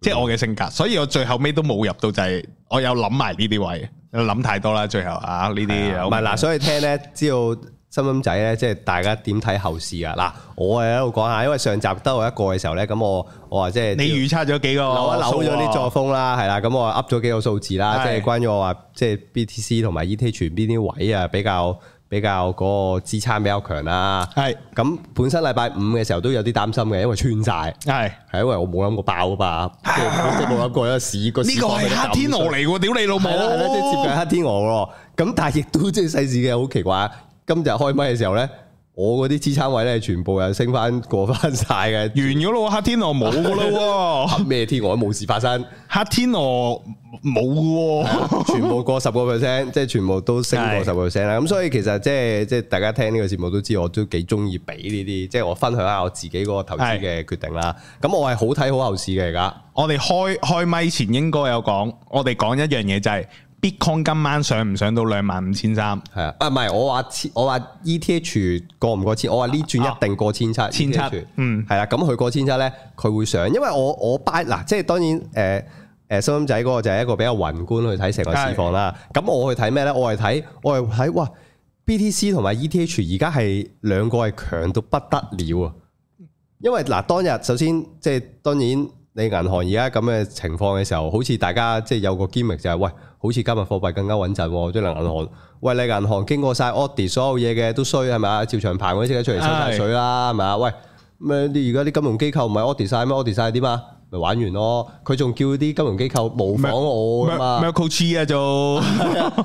Speaker 2: 即係我嘅性格，所以我最後尾都冇入到就係我有諗埋呢啲位，諗太多啦，最後啊呢啲有
Speaker 1: 唔係嗱，所以聽咧，知道心心仔咧，即係大家點睇後市啊？嗱，我係喺度講下，因為上集得我一個嘅時候咧，咁我我話即係
Speaker 2: 你預測咗幾個
Speaker 1: 扭一扭咗啲作
Speaker 2: 數
Speaker 1: 風
Speaker 2: 啊
Speaker 1: 啦，係啦，咁我噏咗幾個數字啦，
Speaker 2: 係
Speaker 1: 即係關於我話即係 BTC 同埋 ET 全邊啲位啊，比較比較嗰個支撐比較強啦。
Speaker 2: 啊係
Speaker 1: 咁本身禮拜五嘅時候都有啲擔心嘅，因為穿晒，
Speaker 2: 係。
Speaker 1: 係因為我冇諗過爆啊嘛，即 係即係冇諗過一個市個
Speaker 2: 呢個係黑天鵝嚟哦喎，屌你老母！
Speaker 1: 係啦係啦，即係接近黑天鵝咯。咁但係亦都即係世事嘅好奇怪。今日開咪嘅時候咧，我嗰啲支撐位咧全部又升翻過翻晒嘅，
Speaker 2: 完咗咯喎，黑天鵝冇噶咯喎，
Speaker 1: 咩天鵝都冇事發生。
Speaker 2: 黑天鵝冇噶喎，
Speaker 1: 全部過十個 percent，即係全部都升過
Speaker 2: 係
Speaker 1: 十個 percent 啦。咁所以其實即係即係大家聽呢個節目都知，我都幾中意俾呢啲，即係我分享下我自己嗰個投資嘅決定啦。咁我係好睇好後市嘅而家，
Speaker 2: 我哋開開咪前應該有講，我哋講一樣嘢就係 Bitcoin 今晚上唔上到兩萬五千三，
Speaker 1: 係啊，啊唔係我話千我話 ETH 過唔過千，我話呢轉一定過啊千七，
Speaker 2: 千七
Speaker 1: ETH
Speaker 2: 嗯
Speaker 1: 係啦。咁佢過千七咧，佢會上，因為我我 buy 嗱，即係當然誒。誒收音仔嗰個就係一個比較宏觀去睇成個市況啦。咁我去睇咩咧？我係睇我係睇哇，BTC 同埋 ETH 而家係兩個係強到不得了啊！因為嗱，當日首先即係當然你銀行而家咁嘅情況嘅時候，好似大家即係有個 g i 就係、喂，好似加密貨幣更加穩陣喎，即係銀行。喂，你銀行經過晒 audit 所有嘢嘅都衰係咪啊？趙長鵬嗰啲即刻出嚟收晒水啦，係咪啊？喂，咩你而家啲金融機構唔係 audit 晒咩？audit 晒點啊？咪玩完咯！佢仲叫啲金融機構模仿我㗎
Speaker 2: Mer-
Speaker 1: 嘛，
Speaker 2: Merkle Tree 啊就，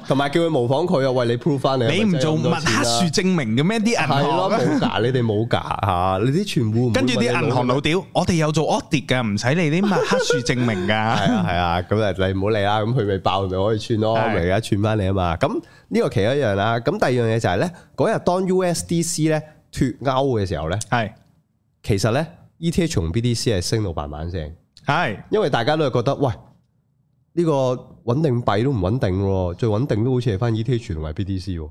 Speaker 1: 同埋叫佢模仿佢啊！喂，你 prove 翻你
Speaker 2: 你唔做密
Speaker 1: 密
Speaker 2: 黑樹證明嘅咩？啲銀
Speaker 1: 係咯，
Speaker 2: 行。
Speaker 1: 冇㗎，你哋冇㗎嚇，你啲全部唔會
Speaker 2: 跟住啲
Speaker 1: 問你
Speaker 2: 銀行
Speaker 1: 攞
Speaker 2: 老屌，我哋有做 audit 噶，唔使你啲密黑樹證 明噶。
Speaker 1: 係啊係啊，咁啊你唔好理啦，咁佢咪爆咪可以穿咯，
Speaker 2: 係
Speaker 1: 咪而家穿翻你啊嘛。咁呢個其中一樣啦，咁第二樣嘢就係咧，嗰日當 USDC 咧脱歐嘅時候咧，
Speaker 2: 係
Speaker 1: 其實，E 咧 ETH 同 BTC 係升到慢慢聲，
Speaker 2: 係
Speaker 1: 因為大家都係覺得喂。呢個穩定幣都唔穩定喎，最穩定都好似係翻 ETH 同埋 BTC 喎。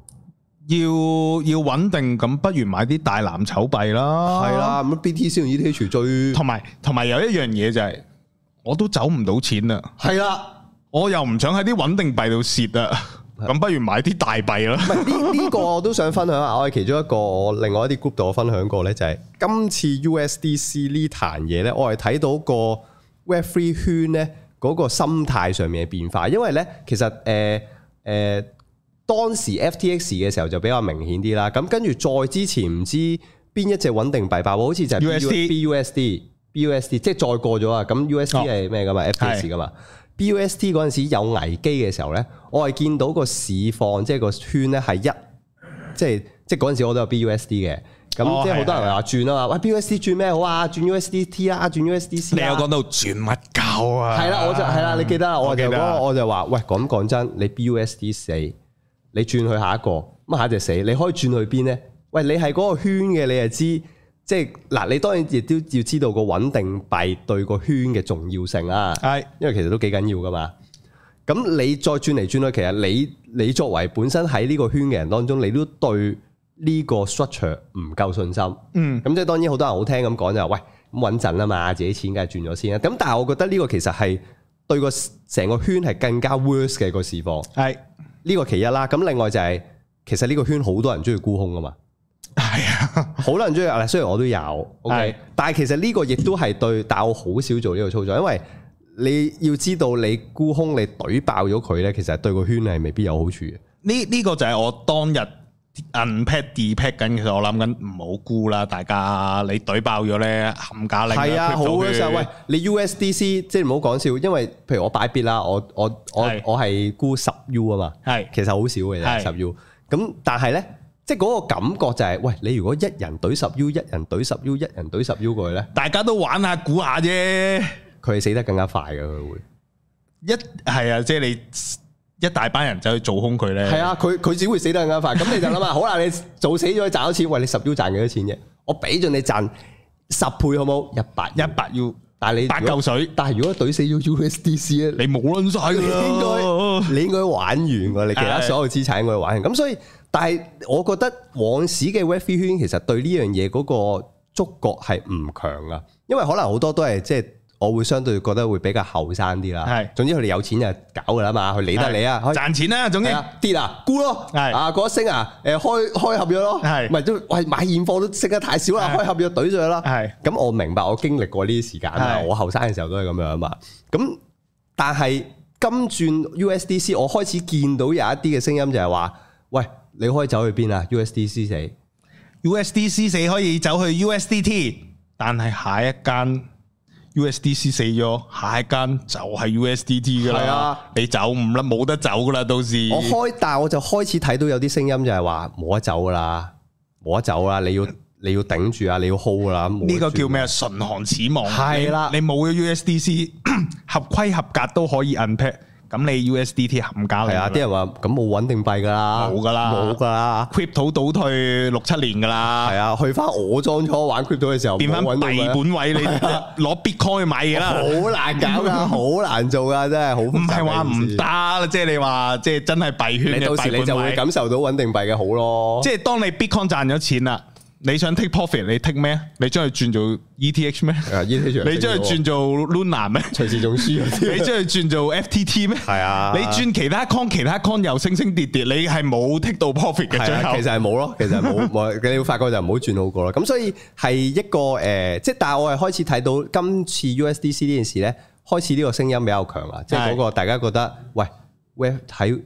Speaker 2: 要要穩定咁，不如買啲大藍籌幣啦。
Speaker 1: 係，啦，咁 BTC 同 ETH 最
Speaker 2: 同埋同埋有一樣嘢就係、我都走唔到錢啦，
Speaker 1: 係啦。
Speaker 2: 我又唔想喺啲穩定幣度蝕啊，咁不如買啲大幣啦
Speaker 1: 唔。係呢呢個我都想分享下，我係其中一個我另外一啲 group 度我分享過咧，就係、今次 USDC 呢壇嘢咧，我係睇到個 Web Three 圈咧嗰、個心態上面嘅變化，因為咧其實誒誒。呃呃當時 FTX 嘅時候就比較明顯啲啦，咁跟住再之前唔知邊一隻穩定幣爆喎，好似就係
Speaker 2: USD
Speaker 1: BUSD、BUSD，即係再過咗啊！咁 USD
Speaker 2: 哦
Speaker 1: 係咩噶嘛？FTX 噶嘛？BUSD 嗰陣時有危機嘅時候咧，我係見到個市況即係個圈咧係一，即係即係嗰陣時我都有 BUSD 嘅，咁
Speaker 2: 哦
Speaker 1: 即係好多
Speaker 2: 係
Speaker 1: 人話轉啊嘛，喂 BUSD 轉咩好啊？轉 USDT 啊，轉 USDC
Speaker 2: 你有
Speaker 1: 啊
Speaker 2: 講到轉乜鳩啊？
Speaker 1: 係啦，我就係啦，你記得啦，我
Speaker 2: 我
Speaker 1: 就
Speaker 2: 記得
Speaker 1: 嗰
Speaker 2: 啊
Speaker 1: 個我就話，喂，咁講真，你 BUSD 死，你轉去下一個，咁下一隻死，你可以轉去邊呢？喂，你係嗰個圈嘅，你係知，即係嗱，你當然亦都要知道個穩定幣對個圈嘅重要性啊，
Speaker 2: 係
Speaker 1: 因為其實都幾緊要噶嘛。咁你再轉嚟轉去，其實你你作為本身喺呢個圈嘅人當中，你都對呢個 structure 唔夠信心。
Speaker 2: 嗯
Speaker 1: 咁即係當然好多人好聽咁講就話，喂咁穩陣啦啊嘛，自己錢梗係轉咗先啦。咁但係我覺得呢個其實係對個成個圈係更加 worse 嘅個市況，
Speaker 2: 係
Speaker 1: 呢、個其一啦。咁另外就係、其實呢個圈好多人中意沽空噶嘛，
Speaker 2: 係啊，
Speaker 1: 好多人中意嗱，雖然我都有
Speaker 2: 係
Speaker 1: ，OK，但係其實呢個亦都係對，但我好少做呢個操作，因為你要知道你沽空你懟爆咗佢咧，其實對個圈係未必有好處嘅。
Speaker 2: 呢呢個就係我當日 unpack depack 緊，其實我諗緊唔好沽啦，大家你懟爆咗咧冚家拎啦。
Speaker 1: 係啊，好
Speaker 2: crypto
Speaker 1: 嘅時候，
Speaker 2: 圈
Speaker 1: 喂，你 USDC 即係唔好講笑，因為譬如我擺 bid 啦，我我我
Speaker 2: 係
Speaker 1: 我係沽十 U 啊嘛。
Speaker 2: 係
Speaker 1: 其實好少嘅啫，
Speaker 2: 係
Speaker 1: 十 U。咁但係咧，即係嗰個感覺就係、喂，你如果一人懟十 U，一人懟十 U，一人懟十 U 過去咧，
Speaker 2: 大家都玩下估下啫。
Speaker 1: 佢係死得更加快嘅，佢會。
Speaker 2: 一係啊，即係你一大班人走去做空佢咧，
Speaker 1: 係啊，佢佢只會死得更加快。咁你就 諗下，好啦，你早死咗賺咗錢，喂，你十 U 賺幾多錢啫？我俾盡你賺十倍好冇？一百
Speaker 2: 一百要
Speaker 1: 但係你
Speaker 2: 八
Speaker 1: 如果
Speaker 2: 嚿水，
Speaker 1: 但係如果懟死咗 USDC 咧，
Speaker 2: 你冇撚晒
Speaker 1: 你應
Speaker 2: 㗎啦。
Speaker 1: 該你應該玩完㗎，你其他
Speaker 2: 係
Speaker 1: 所有資產應該玩完。咁所以，但係我覺得往時嘅 w e f 圈其實對呢樣嘢嗰個觸覺係唔強啊，因為可能好多都係即係我會相對覺得會比較後生啲啦。
Speaker 2: 係
Speaker 1: 總之佢哋有錢就搞㗎啦嘛，佢理得你啊，
Speaker 2: 賺錢啦，總之
Speaker 1: 係啊跌啊沽咯，
Speaker 2: 係
Speaker 1: 啊嗰一升啊，誒開開合約咯，
Speaker 2: 係
Speaker 1: 唔係都喂買現貨都升得太少啦，
Speaker 2: 係
Speaker 1: 開合約懟咗佢啦。
Speaker 2: 係
Speaker 1: 咁我明白，我經歷過呢啲時間啦。
Speaker 2: 係
Speaker 1: 我後生嘅時候都係咁樣啊嘛。咁但係金轉 USDC，我開始見到有一啲嘅聲音就係話：，喂，你可以走去邊啊？USDC 死，
Speaker 2: USDC 死可以走去 USDT，但係下一間 USDC 死咗，下一間就係 USDT 噶啦。
Speaker 1: 係啊
Speaker 2: 你走唔啦，冇得走噶啦，到時
Speaker 1: 我開，但係我就開始睇到有啲聲音就係話冇得走噶啦，冇得走啦，你要你要頂住啊，你要 hold 噶啦。冇得
Speaker 2: 呢個
Speaker 1: 轉
Speaker 2: 叫咩啊？唇寒齒亡。
Speaker 1: 係啦
Speaker 2: 你你冇咗 USDC 合規合格都可以 unpack，咁你 USDT 冚家嚟
Speaker 1: 係啊，啲人話咁冇穩定幣噶啦，
Speaker 2: 冇㗎啦
Speaker 1: 冇噶啦。
Speaker 2: crypto 倒退六七年噶啦
Speaker 1: 係。啊，去翻我裝初玩 crypto 嘅時候，
Speaker 2: 變翻
Speaker 1: 冇穩定
Speaker 2: 幣
Speaker 1: 幣
Speaker 2: 本位， 你攞 Bitcoin 去買嘢啦。
Speaker 1: 好難搞 噶，好難做噶，真係好。
Speaker 2: 唔
Speaker 1: 唔
Speaker 2: 係話唔得，即係你話即係真係幣圈
Speaker 1: 你
Speaker 2: 嘅
Speaker 1: 到時
Speaker 2: 幣
Speaker 1: 你就
Speaker 2: 本
Speaker 1: 會
Speaker 2: 位。
Speaker 1: 感受到穩定幣嘅好咯。
Speaker 2: 即係當你 Bitcoin 賺咗錢啦，你想 take profit，你 take 咩？你將佢轉做 ETH 咩？
Speaker 1: 啊，ETH
Speaker 2: 你將佢轉做 Luna 咩？
Speaker 1: 隨時仲輸嗰
Speaker 2: 你
Speaker 1: 啲，
Speaker 2: 將佢轉做 FTT 咩？
Speaker 1: 係啊
Speaker 2: 你轉其他 con，其他 con 又升升跌跌，你係冇 take 到 profit 嘅
Speaker 1: 係
Speaker 2: 最
Speaker 1: 啊，其
Speaker 2: 後。
Speaker 1: 實係冇 咯，其實係冇冇，你會發覺就唔好轉好過啦。咁所以係一個誒、呃即係但係我係開始睇到今次 USDC 呢件事咧，開始呢個聲音比較強啊啦，即係嗰個大家覺得喂 w e b 喺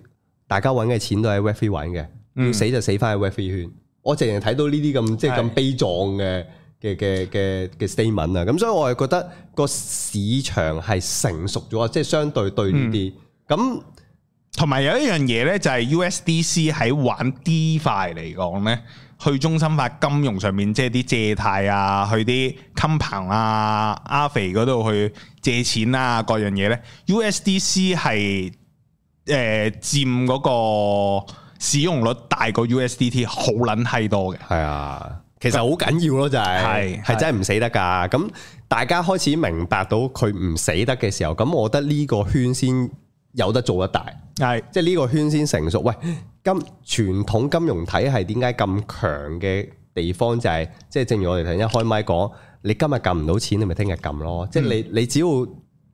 Speaker 1: 大家揾嘅錢都喺 w e b 揾嘅，要死就死翻喺 w e b 圈。我淨係睇到呢啲咁即係咁
Speaker 2: 嗯係
Speaker 1: 悲壯嘅。嘅嘅嘅嘅 statement 啊，咁所以我係覺得個市場係成熟咗，即係相對對呢
Speaker 2: 嗯
Speaker 1: 啲，咁
Speaker 2: 同埋有一樣嘢咧，就係 USDC 喺玩 DeFi 嚟講咧，去中心化金融上面，即係啲借貸啊，去啲 compound 啊、阿肥嗰度去借錢啊，各樣嘢咧，USDC 係誒佔嗰個使用率大過 USDT 好撚閪多嘅。
Speaker 1: 係啊，其實好緊要咯，就係
Speaker 2: 係
Speaker 1: 係真係唔死得㗎。咁大家開始明白到佢唔死得嘅時候，咁我覺得呢個圈先有得做得大，
Speaker 2: 系
Speaker 1: 即係呢個圈先成熟。喂，金傳統金融體系點解咁強嘅地方就係、即係正如我哋頭先一開麥講，你今日撳唔到錢，你咪聽日撳咯。即係你你只要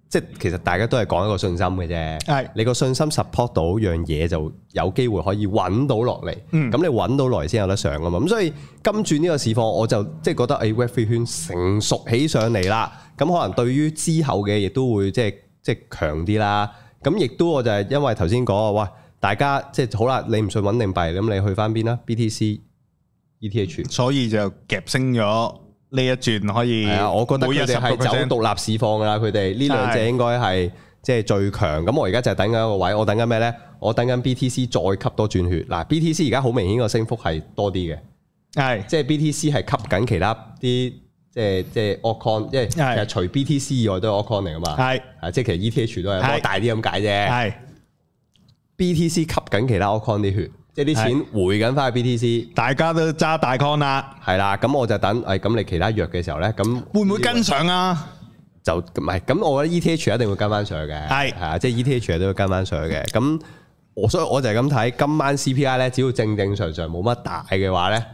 Speaker 1: 即係其實大家都係講一個信心嘅啫。
Speaker 2: 系
Speaker 1: 你個信心 support 到樣嘢，就有機會可以揾到落嚟。咁、
Speaker 2: 嗯
Speaker 1: 你揾到落嚟先有得上啊嘛。咁所以金轉呢個市況，我就即係覺得誒 Web Three 圈成熟起上嚟啦。咁可能對於之後嘅亦都會即係即係強啲啦。咁亦都我就係因為頭先講啊，哇！大家即係好啦，你唔信穩定幣，咁你去翻邊啦？BTC、ETH。
Speaker 2: 所以就夾升咗呢一轉可以。
Speaker 1: 係啊，我覺得
Speaker 2: 每日
Speaker 1: 佢哋係走
Speaker 2: 10%
Speaker 1: 獨立市況㗎啦，佢哋呢兩隻應該係即係最強。咁我而家就係等緊一個位，我等緊咩呢？我等緊 BTC 再吸多轉血。嗱，BTC 而家好明顯個升幅係多啲嘅，
Speaker 2: 係
Speaker 1: 即係 BTC 係吸緊其他啲即係即係 o c o n 因為其
Speaker 2: 係
Speaker 1: 實除 BTC 以外都係 o c o n 嚟㗎嘛。
Speaker 2: 係
Speaker 1: 啊，即係其實 ETH 都係
Speaker 2: 係
Speaker 1: 不過大啲咁解啫。
Speaker 2: 係，
Speaker 1: BTC 吸緊其他 o c o n 啲血，即係啲錢回緊翻去 BTC。
Speaker 2: 大家都揸大 con 啦，
Speaker 1: 係啦，咁我就等誒，咁你其他弱嘅時候呢，咁
Speaker 2: 會唔會跟上啊？
Speaker 1: 就唔係咁，我覺得 ETH 一定會跟翻上去嘅，
Speaker 2: 係
Speaker 1: 係啊，即係 ETH 都會跟翻上去嘅。咁我所以我就係咁睇，今晚 CPI 咧，只要正正常常冇乜大嘅話咧，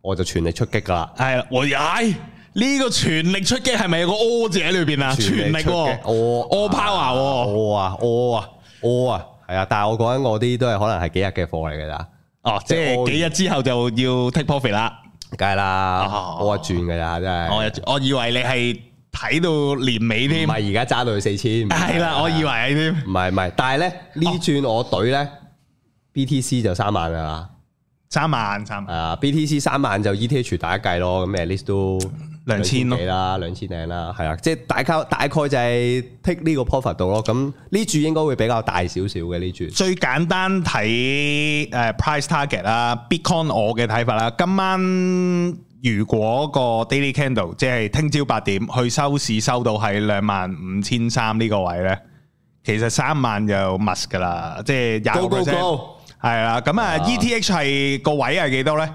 Speaker 1: 我就全力出擊噶啦。
Speaker 2: 係啦，我唉呢個全力出擊係咪有個柯字喺裏邊啊？全力哦
Speaker 1: 出
Speaker 2: 喎
Speaker 1: 擊，我
Speaker 2: ，all power 喎，
Speaker 1: 我啊我啊我啊，係啊，但係我講緊我啲都係可能係幾日嘅貨嚟㗎咋，
Speaker 2: 哦，即係幾日之後就要 take profit 啦。
Speaker 1: 梗係啦，
Speaker 2: 哦
Speaker 1: 我一轉㗎咋，真
Speaker 2: 我
Speaker 1: 係。
Speaker 2: 有我以為你係睇到年尾
Speaker 1: 唔
Speaker 2: 添，
Speaker 1: 係而家揸到去四千，
Speaker 2: 係啦，我以哦為係添，
Speaker 1: 唔係唔係，但係咧呢轉我隊咧 BTC 就三萬㗎啦。
Speaker 2: 三萬三萬，
Speaker 1: 啊，BTC 三萬就 ETH 打一計咯，咁 at least 都
Speaker 2: 兩千咯
Speaker 1: 幾啦，兩千零啦，係啊，即係大概大概就係 take 呢個 profit 度咯。咁呢注應該會比較大少少嘅呢注，
Speaker 2: 最簡單睇誒 price target 啦，Bitcoin 我嘅睇法啦，今晚如果個 daily candle 即係聽朝八點去收市收到係兩萬五千三呢個位咧，其實三萬就 must 噶啦，即係廿
Speaker 1: 高
Speaker 2: 個
Speaker 1: 高
Speaker 2: percent。
Speaker 1: 高，
Speaker 2: 係啦，咁啊
Speaker 1: 啊
Speaker 2: ETH 係個位係幾多咧？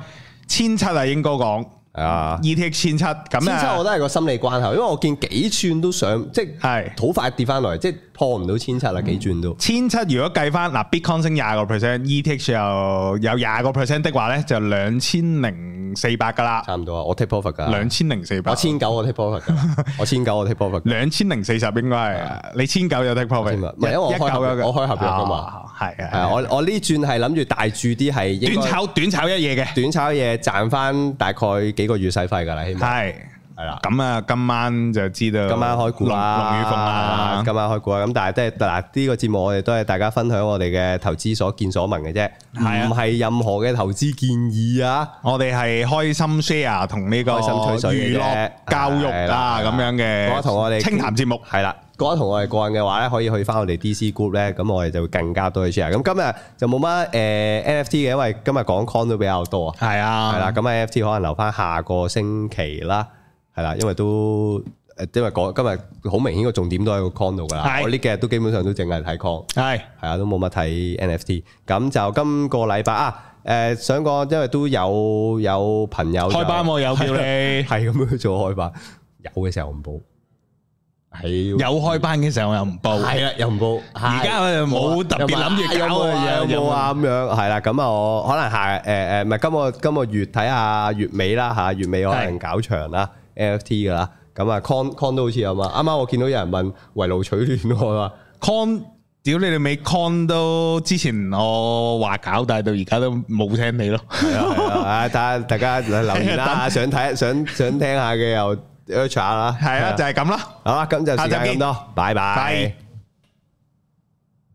Speaker 2: 千七啊，應該講
Speaker 1: 係啊。
Speaker 2: ETH 千七，咁
Speaker 1: 千七我
Speaker 2: 啊
Speaker 1: 都係個心理關口，因為我見幾轉都上，即係
Speaker 2: 係。
Speaker 1: 好快跌翻落嚟，即係破唔到千七啦，幾轉都。
Speaker 2: 千七如果計翻嗱，Bitcoin E 升廿個 percent，ETH 又有廿個 percent 的話咧，就兩千零四百噶啦，
Speaker 1: 差唔多啊，我 take profit 噶
Speaker 2: 兩，千零四百
Speaker 1: 我，千九我 take profit 噶， 我千九我 take profit 㗎。
Speaker 2: 兩千零四十應該係你千九有 take
Speaker 1: 我
Speaker 2: profit，
Speaker 1: 千九唔係因為我開合約
Speaker 2: 1999
Speaker 1: 我開合約㗎嘛
Speaker 2: 哦係
Speaker 1: 係啊，
Speaker 2: 啊，
Speaker 1: 我我呢轉係諗住大注啲係應
Speaker 2: 短
Speaker 1: 該
Speaker 2: 炒短炒一嘢嘅，
Speaker 1: 短炒嘢賺翻大概幾個月使費㗎啦，希望
Speaker 2: 係
Speaker 1: 係啦。
Speaker 2: 咁啊，今晚就知道
Speaker 1: 今晚開股啦，
Speaker 2: 龍龍與鳳啦，
Speaker 1: 今晚開股啊！咁但係都係嗱，呢個節目我哋都係大家分享我哋嘅投資所見所聞嘅啫，
Speaker 2: 係啊
Speaker 1: 唔係任何嘅投資建議啊！
Speaker 2: 我哋係開心 share 同呢個
Speaker 1: 開心吹
Speaker 2: 娛
Speaker 1: 水嘅啫
Speaker 2: 樂教育
Speaker 1: 係
Speaker 2: 啊
Speaker 1: 啦
Speaker 2: 咁樣
Speaker 1: 我同我
Speaker 2: 嘅
Speaker 1: 哋
Speaker 2: 清談節目，
Speaker 1: 係啦，各位同我哋個人嘅話咧，可以去翻我哋 DC Group 咧，咁我哋就會更加多去 share。咁今日就冇乜誒 NFT 嘅，因為今日講 con 都比較多啊，
Speaker 2: 係啊，
Speaker 1: 係啦，咁 NFT 可能留翻下個星期啦，係啦，因為都。誒，因為講今日好明顯個重點都喺個 con 度㗎啦，
Speaker 2: 係
Speaker 1: 我呢幾日都基本上都淨係睇 con。
Speaker 2: 係。
Speaker 1: 係啊，都冇乜睇 NFT。咁就今個禮拜啊，誒、想講，因為都有有朋友就
Speaker 2: 開班喎，有叫你
Speaker 1: 係咁樣做開班，有嘅時候唔報，係
Speaker 2: 有開班嘅時候我又唔報，
Speaker 1: 係啦，又唔報。
Speaker 2: 而家我又冇特別諗住搞嘅嘢，
Speaker 1: 有冇啊？咁樣係啦，咁啊，我可能下誒誒，唔係今個今個月睇下月尾啦嚇，月尾我可能搞場啦 NFT 噶啦。咁啊，con con 都好似有嘛？啱啱我見到有人問圍爐取暖我話。
Speaker 2: con。屌你哋尾 con 都之前我話搞，但係到而家都冇聽你咯。
Speaker 1: 係啊係啊，啊大家大家留言啦，想睇想想聽下嘅又 urge 下啦，
Speaker 2: 係啊，就係咁啦。
Speaker 1: 好啦，咁就時間
Speaker 2: 下集見
Speaker 1: 咁多，拜拜
Speaker 2: 拜。